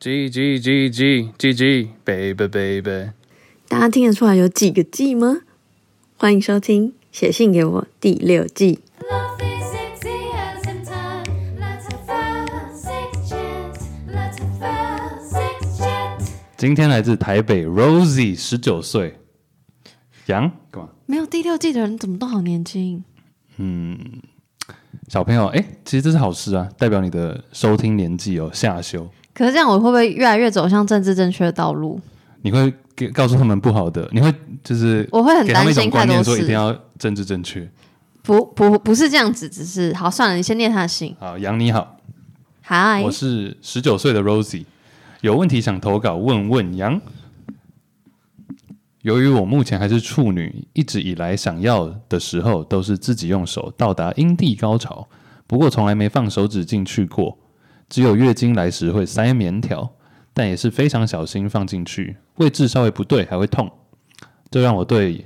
G G G G G G baby baby，大家听得出来有几个季吗？欢迎收听《写信给我》第六季。 Love is as easy as in time. Let's have first six chance. Let's have first six chance. 今天来自台北 Rosie，十九岁，杨干嘛？没有第六季的人怎么都好年轻？小朋友，哎、其实这是好事啊，代表你的收听年纪有下修，可是这样我会不会越来越走向政治正确的道路？你会给告诉他们不好的，你会就是我会很给他担们一种心太观念，多说一定事。要政治正确。不不不是这样子，只是好算了，你先念他的信。好，杨你好，嗨我，是十九岁的 Rosie，有问题想投稿问问杨。由于我目前还是处女，一直以来想要的时候都是自己用手到达阴蒂高潮，不过从来没放手指进去过，只有月经来时会塞棉条，但也是非常小心放进去，位置稍微不对还会痛，这让我对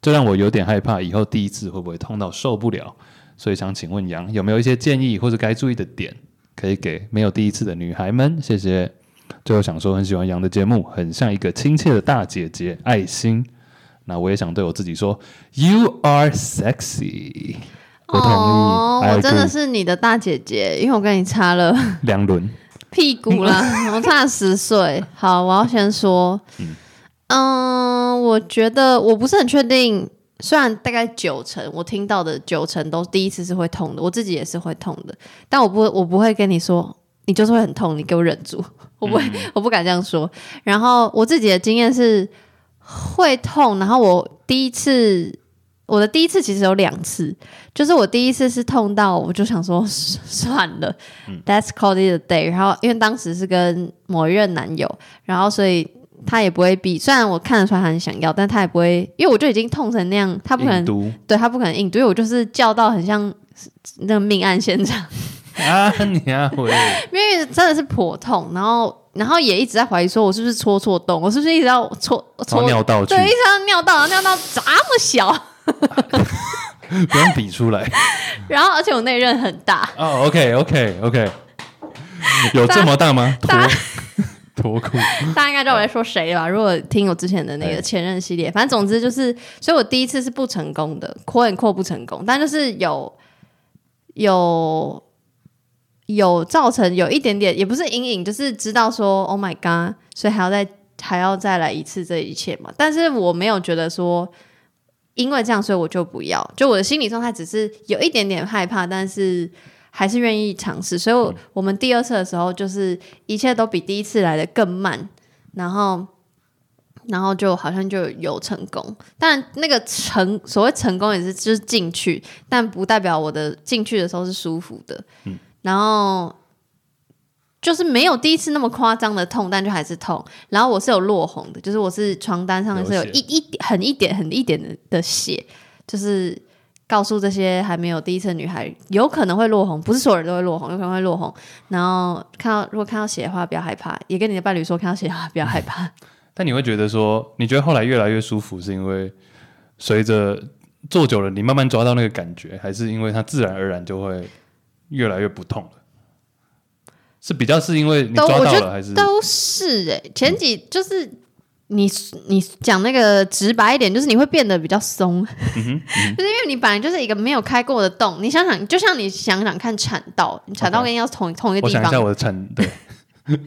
这让我有点害怕，以后第一次会不会痛到受不了？所以想请问杨有没有一些建议或者该注意的点？可以给没有第一次的女孩们，谢谢。最后想说，很喜欢杨的节目，很像一个亲切的大姐姐，爱心。那我也想对我自己说，You are sexy。我同意，哦， I 我真的 agree 是你的大姐姐，因为我跟你差了两轮。屁股啦，我差了十岁。好，我要先说，嗯，我觉得我不是很确定，虽然大概九成我听到的九成都第一次是会痛的，我自己也是会痛的，但我不我不会跟你说你就是会很痛，你给我忍住，我不会、我不敢这样说。然后我自己的经验是会痛，然后我第一次。我的第一次其实有两次，就是我第一次是痛到我就想说 算了、t h a t s called it a day。然后因为当时是跟某一任男友，然后所以他也不会逼，虽然我看得出来他很想要，但他也不会，因为我就已经痛成那样，他不可能印度对他不可能硬，因为我就是叫到很像那个命案现场，啊，你啊， 我因为真的是颇痛，然后然后也一直在怀疑说我是不是戳错洞，我是不是一直要戳从戳尿道去对，，一直要尿道，然后尿道这么小，不用比 出来。然后而且我那一任很大，哦，OK，OK，OK，有这么大吗？脱 大脱裤，大家应该知道我在说谁吧？如果听我之前的那哎个前任系列，反正总之就是，所以我第一次是不成功的，扩眼扩不成功，但就是有有有造成有一点点，也不是阴影，就是知道说 Oh my God，所以还要再还要再来一次这一切嘛。但是我没有觉得说。因为这样，所以我就不要。就我的心理状态只是有一点点害怕，但是还是愿意尝试。所以我，我们第二次的时候，就是一切都比第一次来的更慢，然后，然后就好像就有成功。但那个成所谓成功也是就是进去，但不代表我的进去的时候是舒服的。嗯然后就是没有第一次那么夸张的痛，但就还是痛。然后我是有落红的，就是我是床单上是有流血一一点很一点很一点的的血，就是告诉这些还没有第一次的女孩，有可能会落红，不是所有人都会落红，有可能会落红。然后看到如果看到血的话，不要害怕，也跟你的伴侣说，看到血的话不要害怕。但你会觉得说，你觉得后来越来越舒服，是因为随着做久了，你慢慢抓到那个感觉，还是因为它自然而然就会越来越不痛了？是比较是因为你都抓我到觉了，还是都是哎、前几就是你你讲那个直白一点，就是你会变得比较松，嗯 就是因为你本来就是一个没有开过的洞。你想想，就像你想想看产道，你产道 OK 跟要同同一个我地想一方下，我的产对，嗯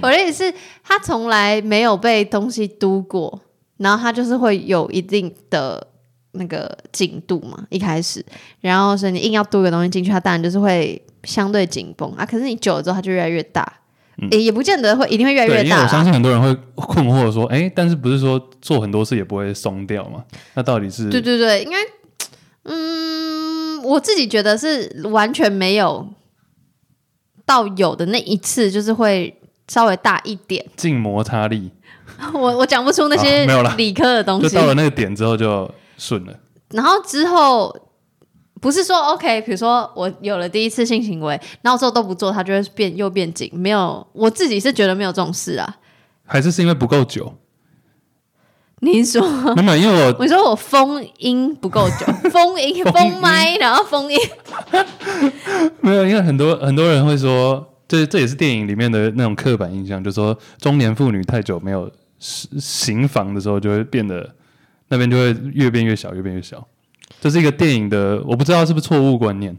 我的意思是，他从来没有被东西嘟过，然后他就是会有一定的那个紧度嘛，一开始，然后所以你硬要嘟一个东西进去，它当然就是会相对紧绷啊。可是你久了之后，它就越来越大，也也不见得会一定会越来嗯对，越因为大我相啦。信很多人会困惑说，哎、但是不是说做很多事也不会松掉嘛？那到底是对对对，应该，嗯，我自己觉得是完全没有到有的那一次，就是会稍微大一点。 静摩擦力，我我讲不出那些好啊没有啦理科的东就西，到了那个点之后就顺了。然后之后不是说 OK，比如说我有了第一次性行为，然后之后都不做，它就会变又变紧。没有，我自己是觉得没有这种事啊。还是是因为不够久， 你说，没有没有，因为我我说我封音不够 久，封音封音封麦，然后封音，没有，因为很多很多人会说，这这也是电影里面的那种刻板印象，就说中年妇女太久没有行行房的时候，就会变得那边就会越变越小，越变越小。这是一个电影的，我不知道是不是错误观念。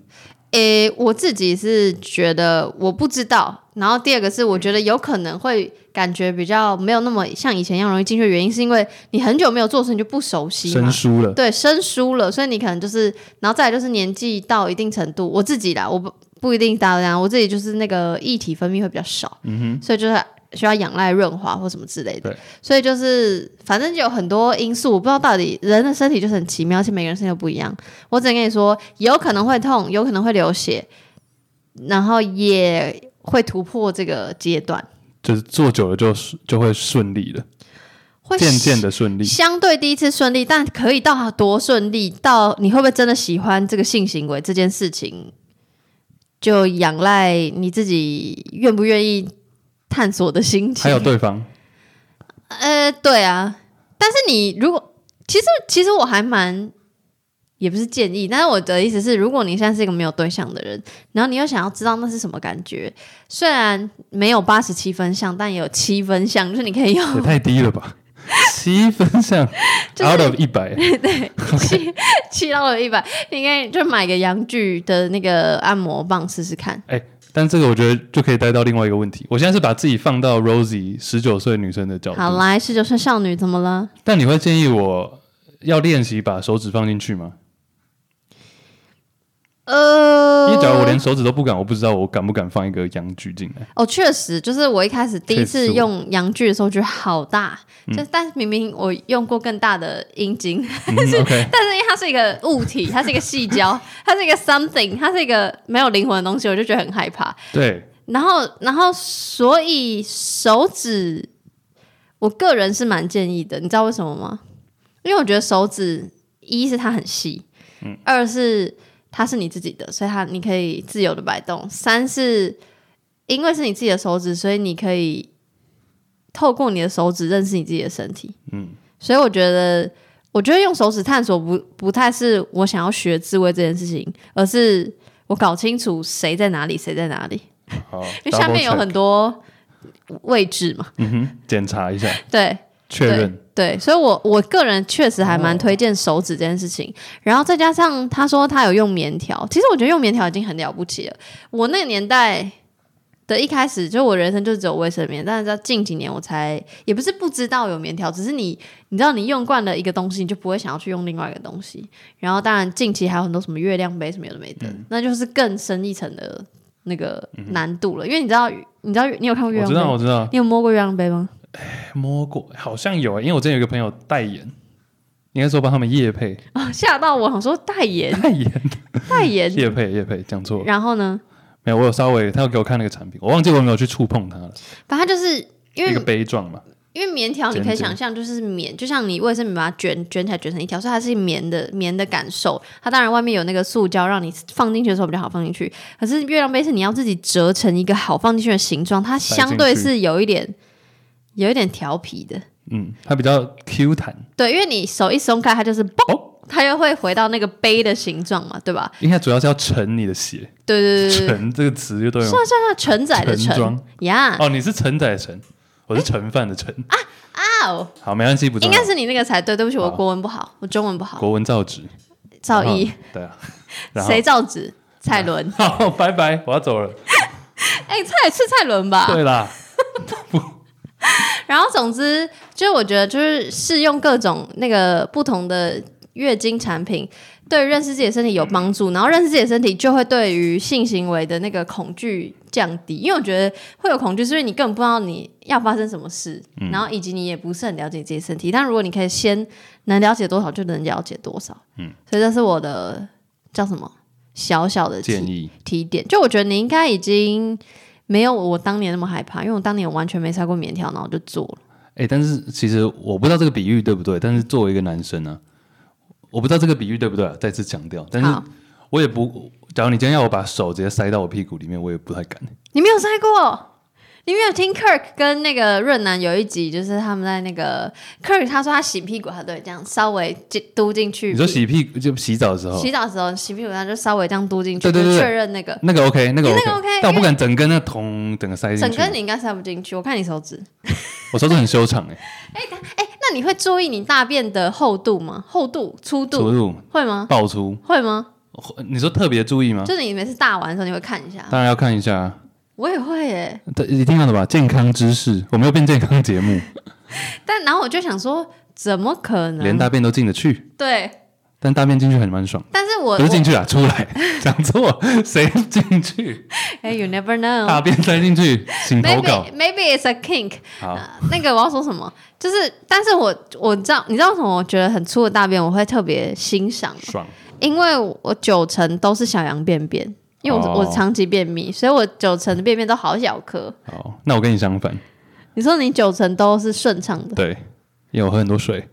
诶、我自己是觉得我不知道。然后第二个是，我觉得有可能会感觉比较没有那么像以前一样容易进去，原因是因为你很久没有做的事，你就不熟悉嘛生。疏了，对，生疏了，所以你可能就是，然后再来就是年纪到一定程度，我自己啦，我不不一定大家都这样，我自己就是那个液体分泌会比较少，嗯哼，所以就是需要仰赖润滑或什么之类的对，所以就是反正就有很多因素，我不知道到底人的身体就是很奇妙，而且每个人身体都不一样。我只能跟你说，有可能会痛，有可能会流血，然后也会突破这个阶段，就是做久了就就会顺利了，会渐渐的顺利。相对第一次顺利，但可以到多顺利，到你会不会真的喜欢这个性行为这件事情，就仰赖你自己愿不愿意探索的心情。还有对方，呃，对啊，但是你如果其实其实我还蛮也不是建议，但是我的意思是，如果你现在是一个没有对象的人，然后你又想要知道那是什么感觉，虽然没有八十七分像，但也有七分像，就是你可以用也太低了 吧？七分像就是 out of 一百，七七到了一百，你可以就买个阳具的那个按摩棒试试看。但这个我觉得就可以带到另外一个问题。我现在是把自己放到 Rosie 十九岁女生的角好，度，来十九岁少女怎么了？但你会建议我要练习把手指放进去吗？呃，因为假如我连手指都不敢，我不知道我敢不敢放一个阳具进 来。哦，确实，就是我一开始第一确次实我用阳具的时候觉得好大，就但是明明我用过更大的阴茎， 嗯 OK，但是因为它是一个物体，它是一个细胶，它是一个 something，它是一个没有灵魂的东西，我就觉得很害怕。对，然后，然后，所以手指，我个人是蛮建议的。你知道为什么吗？因为我觉得手指，一是它很细，二是它是你自己的，所以它你可以自由的摆动；三是因为是你自己的手指，所以你可以透过你的手指认识你自己的身体。嗯，所以我觉得，我觉得用手指探索不不太是我想要学自慰这件事情，而是我搞清楚谁在哪里，谁在哪里。好，因为下面有 double check 很多位置嘛，嗯哼，检查一下对确认。对，所以我我个人确实还蛮哦推荐手指这件事情。然后再加上他说他有用棉条，其实我觉得用棉条已经很了不起了。我那个年代的一开始，就我人生就只有卫生棉，但是在近几年我才也不是不知道有棉条，只是你你知道你用惯了一个东西，你就不会想要去用另外一个东西。然后当然近期还有很多什么月亮杯什么有的没的，嗯那就是更深一层的那个难度了，因为你知道你知道你有看过月我亮知杯道，我吗？知道，哎你有摸过月亮杯吗？摸过，好像有、啊，因为我之前有一个朋友代言，应该说帮他们夜 配，啊， 吓到我，想说代 言代言代言，夜配夜配，讲错了，然后呢，没有，我有稍微他要给我看那个产品，我忘记我有没有去触碰它了，反正就是因一个为杯状嘛，因为棉条，你剪可以纸想象就是棉，就像你卫生棉把它卷卷起来卷成一条，所以它是棉的棉的感受。它当然外面有那个塑胶，让你放进去的时候比较好放进去。可是月亮杯是你要自己折成一个好放进去的形状，它相对是有一点有一点调皮的。嗯，它比较 Q 弹，对，因为你手一松开，它就是嘣，它又会回到那个杯的形状嘛，对吧？应该主要是要盛你的血，对对 对对对，盛这个词就对了算。算算承载的盛承装呀，哦，你是承载的承，我是盛饭的盛。啊哦，好，没关系，不重应要。该是你那个才对，对不起，我好国文不好，我中文不好。国文造纸，赵一然，后。 对啊，然后谁？造纸？蔡伦，好，拜拜，我要走了。哎、蔡是蔡伦吧？对啦，然后总之，就是我觉得就是试用各种那个不同的月经产品，对认识自己的身体有帮助，然后认识自己的身体就会对于性行为的那个恐惧降低，因为我觉得会有恐惧，是因为你根本不知道你要发生什么事，嗯然后以及你也不是很了解自己的身体。但如果你可以先能了解多少，就能了解多少，嗯，所以这是我的叫什么小小的建提议提点，就我觉得你应该已经。没有我当年那么害怕，因为我当年完全没塞过棉条，然后我就做了。哎、但是其实我不知道这个比喻对不对，但是作为一个男生呢、我不知道这个比喻对不对、啊，再次强调，但是好，我也嗯不，假如你今天要我把手直接塞到我屁股里面，我也不太敢。你没有塞过，你没有听 Kirk 跟那个润南有一集，就是他们在那个 Kirk 他说他洗屁股，他都会这样稍微进嘟进去。你说洗屁股就洗澡的时候洗，澡的时候洗屁股，他就稍微这样嘟进去，对对对就对确认那个。那个 OK，那个那 OK，, 个 OK，但我不因为敢整根那桶整个塞进整去。根你应该塞不进去，我看你手指。我手指很修长哎、欸，那你会注意你大便的厚度吗？厚度、粗出度入会吗？爆出，会吗？你说特别注意吗？就是你每次大完的时候，你会看一下。当然要看一下啊，我也会耶，这一定要的吧？健康知识，我没有变健康节目，但然后我就想说，怎么可能？连大便都进得去，对，但大便进去很蛮爽，但是我不是进我去啊，出来， 讲错，谁进去？哎，You never know，大便塞进去，请投稿 Maybe。maybe it's a kink 好呃、那个我要说什么？就是，但是我我知道，你知道为什么？我觉得很粗的大便我会特别欣赏吗，爽，因为我九成都是小羊便便，因为我、哦我长期便秘，所以我九成的便便都好小颗。好，那我跟你相反，你说你九成都是顺畅的，对，因为我喝很多水，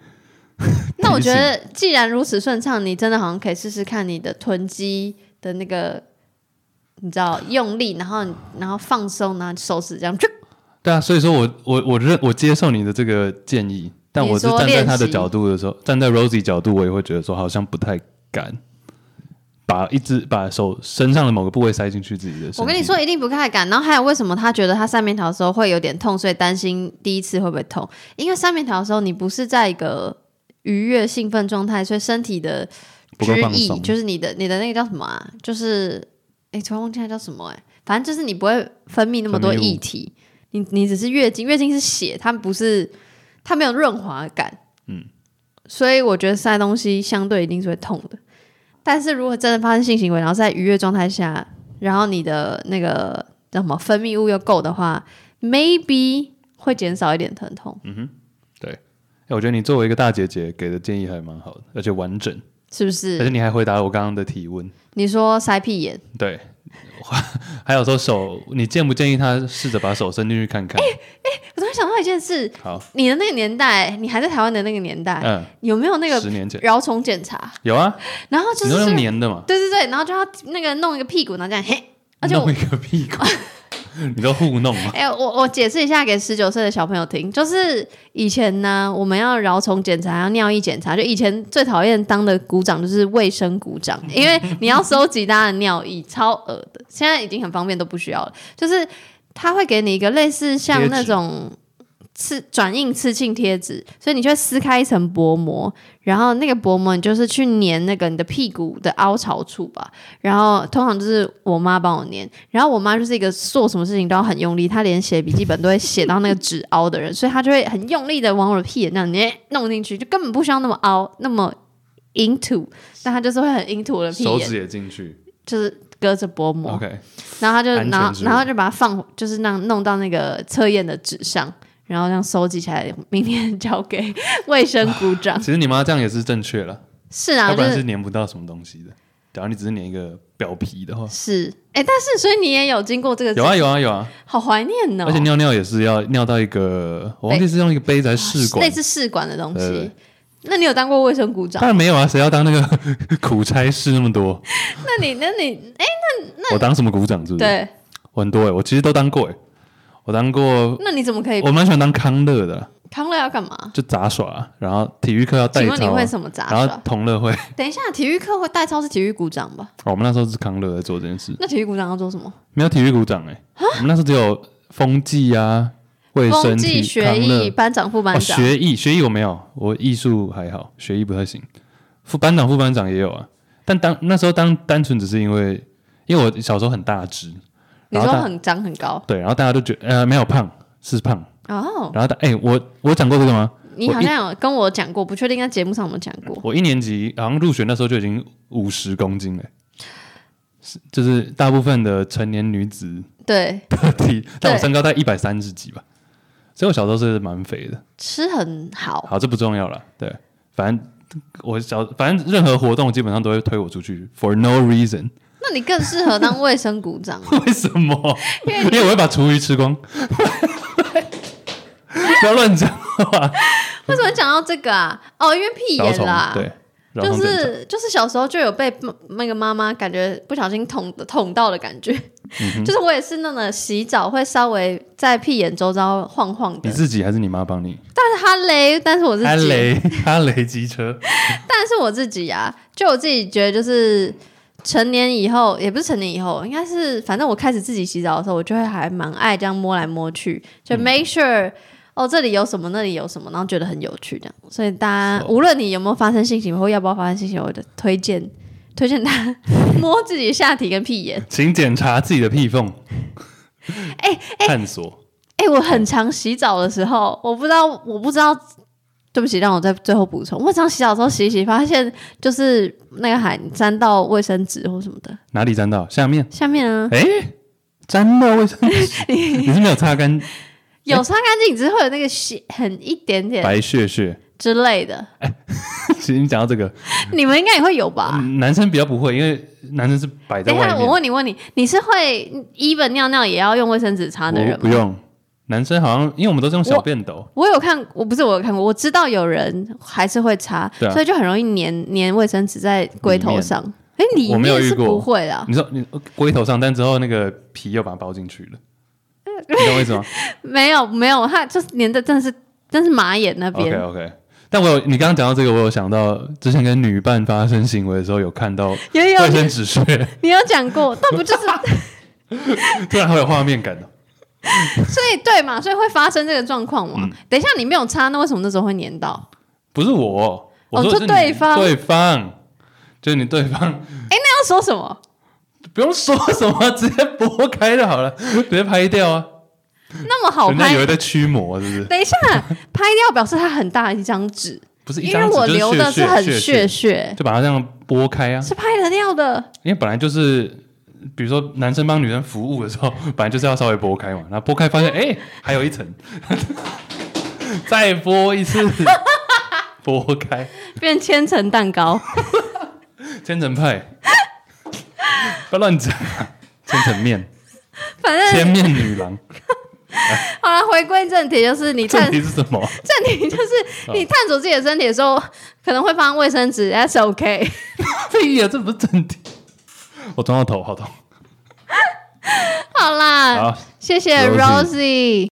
那我觉得既然如此顺畅，你真的好像可以试试看你的臀肌的那个，你知道用力，然后然后放松，然后手指这样。啾对啊，所以说我我我认我接受你的这个建议，但我是你说站在他练的习角度的时候，站在 Rosie 角度，我也会觉得说好像不太敢把一只把手身上的某个部位塞进去自己的身体。我跟你说，一定不太敢。然后还有为什么他觉得他三面条的时候会有点痛，所以担心第一次会不会痛？因为三面条的时候你不是在一个愉悦兴奋状态，所以身体的不够肢放意松就是你的你的那个叫什么啊？就是哎，诶突然忘记它叫什么哎、反正就是你不会分泌那么多分泌物液体，你你只是月经，月经是血，它不是它没有润滑感，嗯，所以我觉得塞东西相对一定是会痛的。但是如果真的发生性行为，然后在愉悦状态下，然后你的那个叫什么分泌物又够的话，maybe 会减少一点疼痛，嗯哎，我觉得你作为一个大姐姐给的建议还蛮好的，而且完整，是不而且是？你还回答了我刚刚的提问。你说塞屁眼，对， 还有说手，你建不建议他试着把手伸进去看看？我突然想到一件事，好，你的那个年代，你还在台湾的那个年代，嗯，有没有哎那个十年前蛲虫检查？有啊，然后就你是都用粘的嘛，对对对，然后就要那个弄一个屁股，然后这样嘿。而且我弄一个 屁股，你都糊弄嘛？哎、我我解释一下给十九岁的小朋友听，就是以前呢，我们要蛲虫检查，要尿液检查，就以前最讨厌当的鼓掌就是卫生鼓掌，因为你要收集大家的尿液，超恶的。现在已经很方便，都不需要了。就是他会给你一个类似像贴纸那种刺转印刺青贴纸，所以你就会撕开一层薄膜，然后那个薄膜你就是去粘那个你的屁股的凹槽处吧。然后通常就是我妈帮我粘，然后我妈就是一个做什么事情都要很用力，她连写笔记本都会写到那个纸凹的人，所以她就会很用力的往我的屁眼那样捏弄进去，就根本不需要那么凹那么 into，但她就是会很 into 我的屁手眼，指也进去就是隔着薄膜。 ，OK，然后他就安全然后之物然后就把它放，就是让弄到那个测验的纸上，然后这样收集起来，明天交给卫生股 长。其实你妈这样也是正确了，是啊，要不就然是是粘不到什么东西的。假如你只是粘一个表皮的话，是，哎、但是所以你也有经过这个，有啊有啊有啊，好怀念哦。而且尿尿也是要尿到一个，我忘记是用一个杯子还是试管类，似试管的东西。对对对那你有当过卫生股长当？然没有啊，谁要当那个 苦差事那么多？那你那你哎、我当什么股长是不是？对，我很多哎、我其实都当过哎、我当过，那你怎么可以我蛮喜欢当康乐的啦，康乐要干嘛？就杂耍，啊然后体育课要带请操问你啊，会什么杂然后耍？同乐会，哦等一下，体育课会代操是体育股长吧？我们那时候是康乐在做这件事，那体育股长要做什么？没有体育股长哎、我们那时候只有风纪啊、卫啊风生纪、体、学康乐艺、班长、副班哦，长。学艺学艺我没有，我艺术还好，学艺不太行。副班长、副班长也有啊，但当那时候当单纯只是因为，因为我小时候很大只，你然说后大很长很高对，然后大家都觉得呃没有胖是胖，哦，然后大哎、我我讲过这个吗？你我好一像有跟我讲过，不确定在节目上有没有讲过。我一年级好像入学那时候就已经五十公斤了、是就是大部分的成年女子对，的体，但我对身高在一百三十几吧，所以我小时候是蛮肥的。吃很好，好，这不重要了。对，反正我小，反正任何活动基本上都会推我出去，for no reason。 那你更适合当卫生股长。啊为什么？因为我会把厨余吃光。 不要乱讲话。为什么讲到这个啊？哦，因为屁饶眼虫啦，对，饶就虫正常是就是小时候就有被那个妈妈感觉不小心捅捅到的感觉，嗯就是我也是那种洗澡会稍微在屁眼周遭晃晃的你，自己还是你妈帮你？但是哈雷，但是我自己，哈雷，哈雷机车，但是我自己啊，就我自己觉得就是成年以后，也不是成年以后，应该是反正我开始自己洗澡的时候，我就会还蛮爱这样摸来摸去，就 make sure、哦这里有什么，那里有什么，然后觉得很有趣这样。所以大家、 So- 无论你有没有发生性行为或要不要发生性行为，我的推荐 推荐大家摸自己的下体跟屁眼。 请检查自己的屁缝。哎，探索哎、我很常洗澡的时候，我不知道，我不知道，对不起，让我在最后补充。我很常洗澡的时候洗一洗，发现就是那个海沾到卫生纸或什么的，哪里沾到？下面？下面啊哎，沾到卫生纸，你是没有擦干有擦干净，只是会有那个洗很一点点白屑屑。之类 的，其实你讲到这个，你们应该也会有吧？男生比较不会，因为男生是摆嗯在等一外下，我面。问你，问你，你是会 even 尿尿也要用卫生纸擦的人我吗？不用，男生好像因为我们都是用小便斗，我有看，我不是我有看过，我知道有人还是会擦，对啊所以就很容易粘粘卫生纸在龟头上。哎，里我没有面遇是过不会啊啦，你知道你龟头上，但之后那个皮又把它包进去了，你懂我意思吗没有没有，它就是粘的，真的是真是马眼那边？OK 哦 OK。但我有你刚刚讲到这个，我有想到之前跟女伴发生行为的时候，有看到卫也有生纸屑，你有讲过，但不 就是突然好有画面感哦。所以对嘛，所以会发生这个状况嗯嘛？等一下你没有擦，那为什么那时候会粘到？不是我，我说哦的就是你对方对方就是你对 方，哎那要说什么？不用说什么，直接拨开就好 了，直接拍掉啊。那么好人家拍以？为在驱魔，是不是？等一下，拍掉表示它很大一张纸，不是一因为张纸，我就是流的屑是很屑血屑，血，就把它这样拨开啊。是拍得掉的。因为本来就是，比如说男生帮女生服务的时候， 本来就是要稍微拨开嘛，然后拨开发嗯现，哎、还有一层， 再拨一次， 拨开，变千层蛋糕，千层派，不要乱讲啊，千层面，反正千面女 郎，好了，回归正题，就是你这探题是什么？ 正题就是你探索自己的身体的时候，可能会发生卫生纸，that's OK。屁哎呀、这不是正题。我撞到头，好痛。 好啦，好，谢谢 Rosie Rosie。